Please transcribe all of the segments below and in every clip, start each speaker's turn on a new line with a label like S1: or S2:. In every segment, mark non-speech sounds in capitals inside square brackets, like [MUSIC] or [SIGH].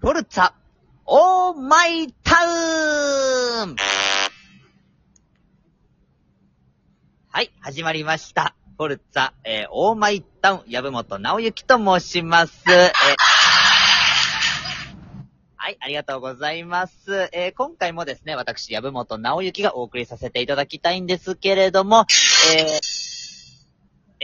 S1: フォルツァ、オーマイタウンはい、始まりました。フォルツァ、えーオーマイタウン、籔本直之と申します。えーはい、ありがとうございます。えー今回もですね、私、籔本直之がお送りさせていただきたいんですけれども、えー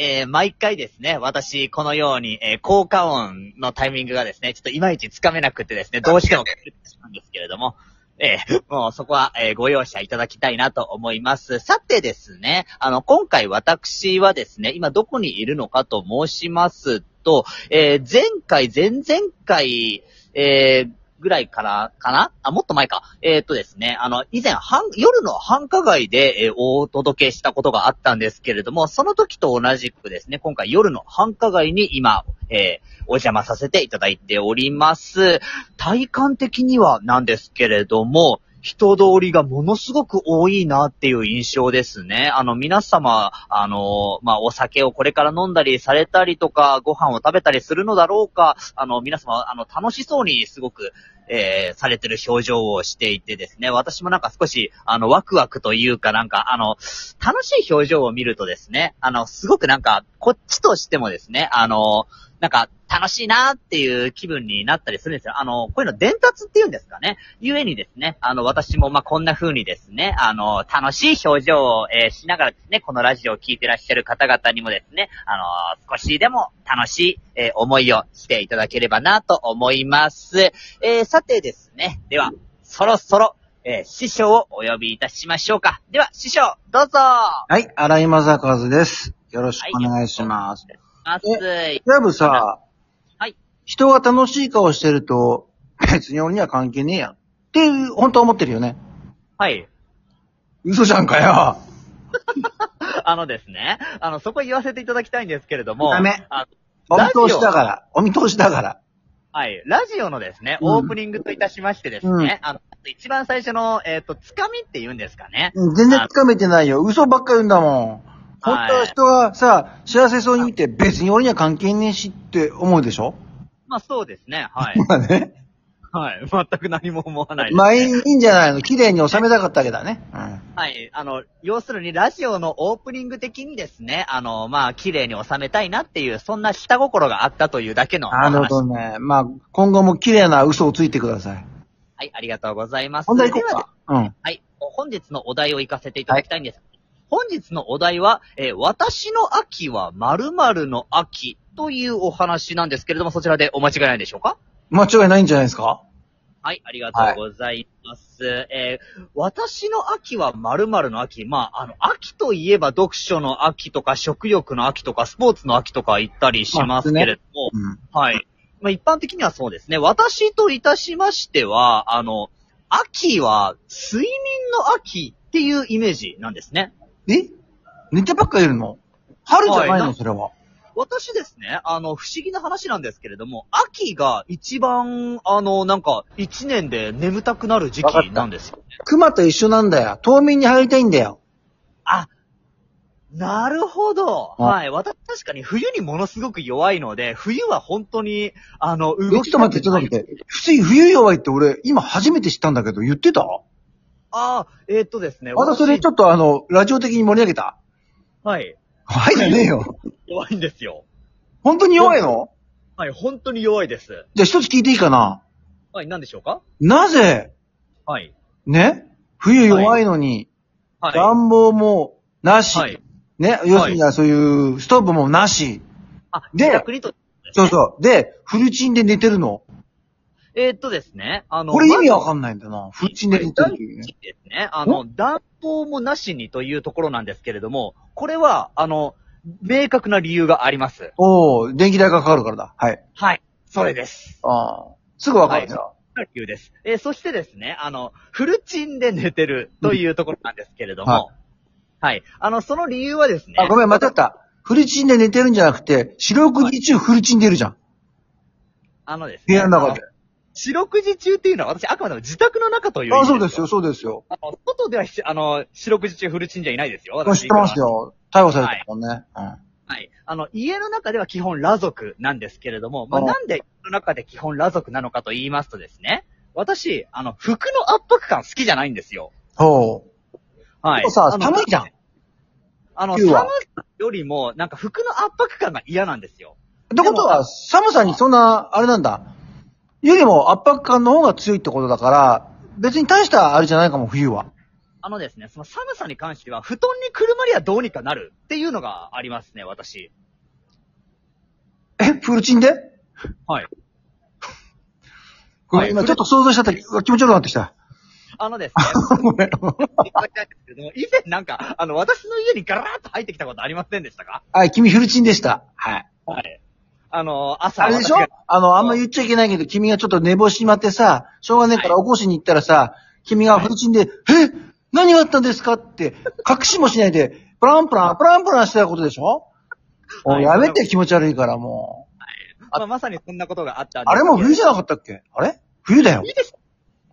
S1: えー毎回ですね、私、このように、えー効果音のタイミングがですね、ちょっといまいちつかめなくてですね、どうしても狂ってしまうんですけれども、えーもうそこは、えーご容赦いただきたいなと思います。さてですね、あの、今回私はですね、今どこにいるのかと申しますと、えー前回、前々回、えーぐらいから、かなあ、もっと前か。えーっ、とですね、あの、以前、繁夜の繁華街で、えーお届けしたことがあったんですけれども、その時と同じくですね、今回夜の繁華街に今、えーお邪魔させていただいております。体感的にはなんですけれども、人通りがものすごく多いなっていう印象ですね。あの、皆様、あの、まあ、お酒をこれから飲んだりされたりとか、ご飯を食べたりするのだろうか、あの、皆様、あの、楽しそうにすごく、えーされてる表情をしていてですね、私もなんか少し、あの、ワクワクというかなんか、あの、楽しい表情を見るとですね、あの、すごくなんか、こっちとしてもですね、あの、なんか、楽しいなーっていう気分になったりするんですよ。あの、こういうの伝達っていうんですかね。ゆえにですね、あの、私もまあ、こんな風にですね、あの、楽しい表情を、えーしながらですね、このラジオを聞いてらっしゃる方々にもですね、あの、少しでも楽しい、えー思いをしていただければなと思います。えーさてですね、では、そろそろ、えー師匠をお呼びいたしましょうか。では、師匠、どうぞ
S2: はい、荒井正和です。よろしくお願いします。
S1: まず、
S2: ラブさ、
S1: はい
S2: 人が楽しい顔してると、別に俺には関係ねえや。っていう、本当は思ってるよね。
S1: はい。
S2: 嘘じゃんかよ。
S1: あのですね、あの、そこ言わせていただきたいんですけれども、
S2: ダメ
S1: あ
S2: お見
S1: ラジオ
S2: 通しだから。お見通しだから。
S1: はい、ラジオのですね、
S2: うん
S1: オープニングといたしましてですね、
S2: うん
S1: あの、一番最初の、えっ、と、つかみって言うんですかね。
S2: うん全然つかめてないよ。嘘ばっか言うんだもん。本当は人がさ、幸せそうに見て、別に俺には関係ねえしって思うでしょ
S1: まあそうですね、
S2: [LAUGHS]
S1: はい。
S2: まあね。
S1: はい、全く何も思わないです、ね。
S2: まあいいいいんじゃないの。綺麗に収めたかったわけだね。うん。
S1: はい。あの、要するに、ラジオのオープニング的にですね、あの、まあ、綺麗に収めたいなっていう、そんな下心があったというだけのお
S2: な
S1: 話。
S2: るほどね。まあ、今後も綺麗な嘘をついてください。
S1: はい、ありがとうございます。
S2: 本題行こう
S1: では
S2: か。うん。
S1: はい。本日のお題を行かせていただきたいんです。本日のお題は、えー私の秋は〇〇の秋というお話なんですけれども、そちらでお間違いないでしょうか
S2: 間違いないんじゃないですか
S1: はい、ありがとうございます。えー私の秋は〇〇の秋。まあ、あの、秋といえば読書の秋とか、食欲の秋とか、スポーツの秋とか行ったりしますけれども、
S2: うん。
S1: はい。まあ、一般的にはそうですね。私といたしましては、あの、秋は睡眠の秋っていうイメージなんですね。
S2: え寝てばっかいるの春じゃない
S1: は
S2: の
S1: い
S2: それは。
S1: 私ですね、あの、不思議な話なんですけれども、秋が一番、あの、なんか、一年で眠たくなる時
S2: わかっ
S1: 期
S2: た
S1: なんですよ。
S2: 熊と一緒なんだよ。冬眠に入りたいんだよ。
S1: あ、なるほど。
S2: あ
S1: はい。私、確かに冬にものすごく弱いので、冬は本当に、あの、
S2: えちょ
S1: 動
S2: っ
S1: き
S2: と待って、ちょっと待って。普通冬弱いって俺、今初めて知ったんだけど、言ってた
S1: ああ、えーっとですね。
S2: またそれ
S1: 私
S2: ちょっとあの、ラジオ的に盛り上げた
S1: はい。
S2: はいじゃねえよ。
S1: 弱いんですよ。
S2: 本当に弱いの
S1: はい、本当に弱いです。
S2: じゃあ一つ聞いていいかな
S1: はい、何でしょうか
S2: なぜ、
S1: はい。
S2: ね冬弱いのに、
S1: は。
S2: 暖房もないし、
S1: はい。
S2: ね要するにはそういうストーブもなし、
S1: あ、
S2: で
S1: 逆にと、
S2: そうそう。で、フルチンで寝てるの。
S1: えーっとですね。あの、
S2: これ意味わ
S1: ん
S2: かんないんだな。フルチンで寝てるっていうね。
S1: ですね。あの、暖房もなしにというところなんですけれども、これは、あの、明確な理由があります。
S2: おお電気代がかかるからだ。はい。
S1: はい。それです。
S2: ああ。すぐわかるじゃん。
S1: 理由です。えーそしてですね、あの、フルチンで寝てるというところなんですけれども、はい。あの、その理由はですね、
S2: あ、ごめん、またった。フルチンで寝てるんじゃなくて、四六時中フルチン出るじゃん。
S1: あのです
S2: 部
S1: ね、
S2: 屋の中で
S1: あ。四六時中っていうのは私あくまでも自宅の中という意
S2: あ、
S1: 味
S2: そうですよ、。そうですよ。
S1: あの、外ではし、あの、四六時中フルチンじゃいないですよ。
S2: 知ってます
S1: よ。
S2: よ。逮捕されたもんね。うん。
S1: はい。あの、家の中では基本裸族なんですけれども、まあ、
S2: あ
S1: なんで家の中で基本裸族なのかと言いますとですね、私、あの、服の圧迫感好きじゃないんですよ。
S2: ほう。
S1: はい。
S2: でもさ
S1: あの
S2: 寒いじゃん。
S1: あの、
S2: 冬
S1: 寒
S2: は
S1: さよりも、なんか服の圧迫感が嫌なんですよ。
S2: ってことは、寒さにそんな、あれなんだ。よりも圧迫感の方が強いってことだから、別に大したあれじゃないかも、冬は。
S1: あのですね、その寒さに関しては、布団にくるまりゃどうにかなるっていうのがありますね、私。
S2: え、プールチンで
S1: はい。
S2: ごめん
S1: はい
S2: 今ちょっと想像しちゃった。うわ気持ち悪くなってきた。 [LAUGHS]
S1: あのですね、
S2: ごめ
S1: 言っ
S2: ん。
S1: ときたいんですけれども、以前なんか、あの、私の家にガラーッと入ってきたことありませんでしたか
S2: はい、君フルチンでした。はい。
S1: はい。あの、朝
S2: あれでしょ
S1: 私が
S2: あの、あんま言っちゃいけないけど、君がちょっと寝坊しまってさ、しょうがねえから起こしに行ったらさ、君がフルチンで、え何があったんですかって、隠しもしないで、プランプラン、プランプランしてたことでしょも
S1: は
S2: う
S1: い
S2: やめて気持ち悪いから、もう。
S1: まあ、まさにそんなことがあったんです
S2: あれも冬
S1: じ
S2: じゃなかったっけあれ冬だよ。
S1: 冬でした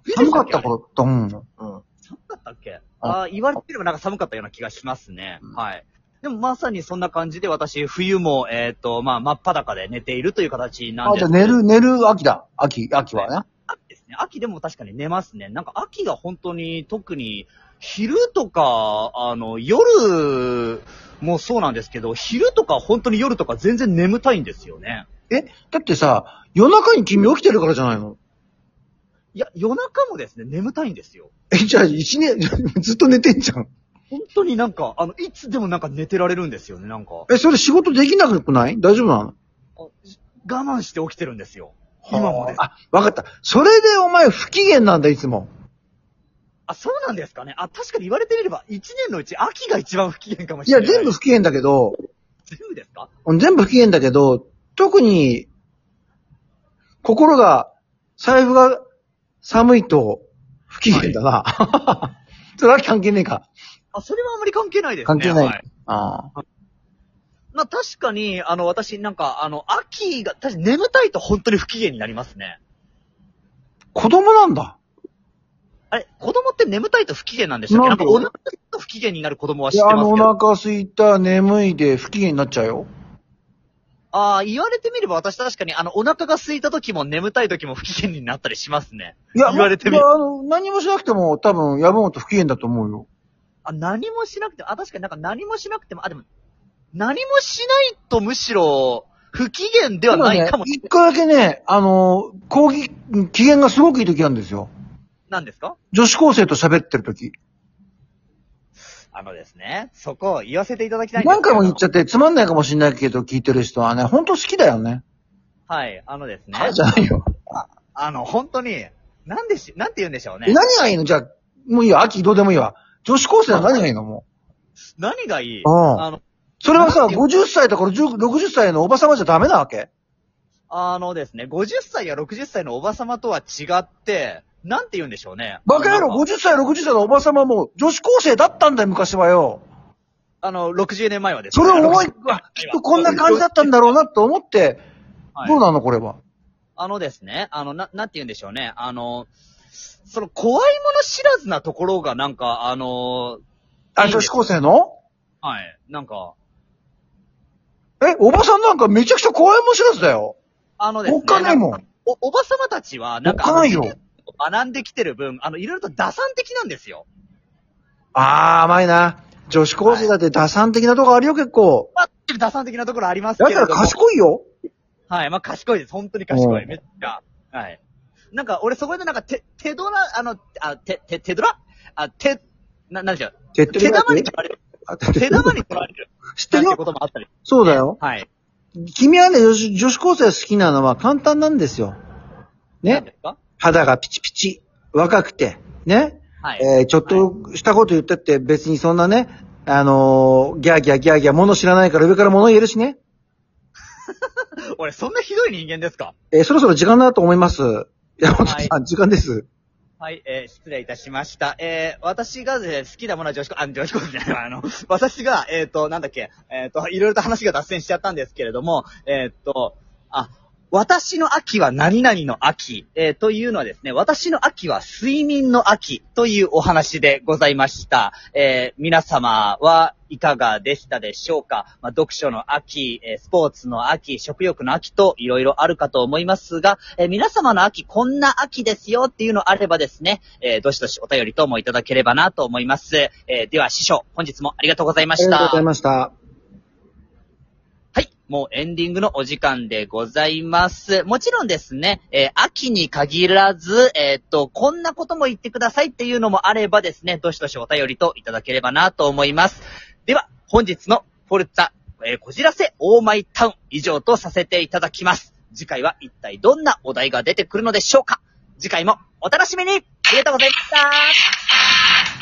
S1: 冬で
S2: 寒
S1: した
S2: か
S1: っ
S2: っ
S1: け
S2: た頃と思うの。うん。
S1: 寒かったっけ
S2: あ
S1: ああー、言われてみればなんか寒かったような気がしますね。
S2: うん
S1: はい。でもまさにそんな感じで私、冬も、えっ、と、まあ、真っ裸で寝ているという形なん
S2: あ、
S1: で
S2: じゃ
S1: す
S2: あ寝る、寝る秋だ。秋、秋はね。
S1: 秋ですね。秋でも確かに寝ますね。なんか秋が本当に特に昼とか、あの、夜もそうなんですけど、昼とか本当に夜とか全然眠たいんですよね。
S2: え、だってさ、夜中に君起きてるからじゃないの
S1: いや、夜中もですね、眠たいんですよ。
S2: え、じゃあ一年、 [LAUGHS] ずっと寝てんじゃん。
S1: 本当になんか、あの、いつでもなんか寝てられるんですよね、なんか。我
S2: え、それ仕事できなくない大丈夫なの
S1: 慢して起きてるんですよ。今もです。
S2: あ、わかった。それでお前不機嫌なんだ、いつも。
S1: あ、そうなんですかね。あ、確かに言われてみれば、一年のうち秋が一番不機嫌かも
S2: い
S1: しれ
S2: や、
S1: ない。
S2: 全部。不機嫌だけど、
S1: 全部ですか
S2: うん全部不機嫌だけど、特に、心が、財布が寒いと不機嫌だな。 [LAUGHS] それは関係ねえか。
S1: あ、それはあまり関係ないですね。
S2: 関係ない
S1: は
S2: ああ。
S1: まあ確かに、あの、私なんか、あの、秋が、確かに眠たいと本当に不機嫌になりますね。
S2: 子供なんだ。
S1: あれ、子供って眠たいと不機嫌なんでしたっけな
S2: な
S1: ん
S2: んで
S1: か、お腹すいたと不機嫌になる子供はい知っ
S2: や、
S1: て
S2: あ
S1: ます
S2: の、
S1: けど。
S2: お腹すいた、眠いで不機嫌になっちゃうよ。
S1: ああ、言われてみれば私確かに、あの、お腹が空いた時も眠たい時も不機嫌になったりしますね。
S2: いや、
S1: 言われてみる
S2: いやあの、何もしなくても多分、山本不機嫌だと思うよ。
S1: あ、何もしなくても、あ、確かになんか何もしなくても、あ、でも、何もしないとむしろ、不機嫌ではないかも
S2: で
S1: し
S2: ね一回だけね、あの、講義、機嫌がすごくいい時あるんですよ。
S1: なんですか
S2: 女子高生と喋ってる時。
S1: あのですね、そこを言わせていただきたいんです
S2: 何回も言っ
S1: ゃ
S2: ちゃってつまんないかもしれないけど、聞いてる人はね、ほんと好きだよね。
S1: はい、あのですね。
S2: はい、じゃないよ。
S1: あの、本当に、なんでし、なんて言うんでしょうね
S2: え。何がいいのじゃあ、もういいよ、秋どうでもいいわ。女子高生は何がいいのも
S1: 何がいい
S2: うん
S1: あの、
S2: う。それはさ、
S1: なんていう
S2: 50歳とか10 60歳のおばさまじゃダメなわけ
S1: あのですね、50歳や60歳のおばさまとは違って、なんて言うんでしょうね。
S2: バカ野
S1: あの
S2: 郎、50歳、60歳のおばさまも女子高生だったんだよ、昔はよ。
S1: あの、60年前はです
S2: そ
S1: ね。
S2: れを思い、
S1: 60
S2: うわきっとこんな感じだったんだろうなと思って、
S1: はい
S2: どうなのこれは。
S1: あのですね、あの、な、なんて言うんでしょうね。あの、その、怖いもの知らずなところが、なんか、あの、
S2: あ、
S1: いいんで
S2: 女
S1: す
S2: 子高生の
S1: はい、なんか、
S2: え、おばさんなんかめちゃくちゃ怖いもん知らずだよ。
S1: あのです
S2: おっ
S1: ね。
S2: かないも
S1: なん
S2: ん
S1: か。お、おばさまたちは、なんか、
S2: おっかないよ
S1: あの。学んできてる分、あの、いろいろと打算的なんですよ。
S2: あー、甘いな。女子高生だって打算的なとこあるよ、結構。
S1: まあ、打算的なところあります
S2: だ
S1: けれ
S2: から
S1: ども。
S2: 賢いよ。
S1: はい、まあ、賢いです。本当に賢
S2: う
S1: い。
S2: ん
S1: めっちゃ。はい。なんか、俺そこでなんか、て、手ドラ、あの、あ、て、て、手ドラあ、手、な、なんでしょう。
S2: 手っ
S1: 手玉に取られる。
S2: [LAUGHS]
S1: 手玉に取られる。
S2: 知ってる
S1: なん
S2: よ
S1: てこともあったり。
S2: そうだよ。
S1: はい。
S2: 君はね、女子女子高生好きなのは簡単なんですよ。
S1: なん
S2: ね
S1: で。すか
S2: 肌がピチピチ、若くて、ね。
S1: はい。
S2: えーちょっとしたこと言ったって別にそんなね、あのーギャーギャーギャーギャー物知らないから上から物言えるしね。
S1: 俺、そんなひどい人間ですか
S2: えーそろそろ時間だと思います。山本さん、
S1: は
S2: 時間です。
S1: はい、えー失礼いたしました。えー私が、えー好きなものは女子高、あ、女子高生じゃないわあの、私が、えっ、と、なんだっけ、えっ、と、いろいろと話が脱線しちゃったんですけれども、えっ、と、あ、私の秋は何々の秋、えーというのはですね、私の秋は睡眠の秋というお話でございました。えー皆様はいかがでしたでしょうか、まあ、読書の秋、えースポーツの秋、食欲の秋といろいろあるかと思いますが、えー皆様の秋、こんな秋ですよっていうのあればですね、えーどしどしお便りともいただければなと思います。えーでは師匠、本日もありがとうございま
S2: あり
S1: し
S2: がとうござ
S1: た
S2: い。ました。
S1: はい。もうエンディングのお時間でございます。もちろんですね、えー秋に限らず、えーっと、こんなことも言ってくださいっていうのもあればですね、どしどしお便りといただければなと思います。では、本日のフォルツァ、えーこじらせオーマイタウン以上とさせていただきます。次回は一体どんなお題が出てくるのでしょうか次回もお楽しみにありがとうございました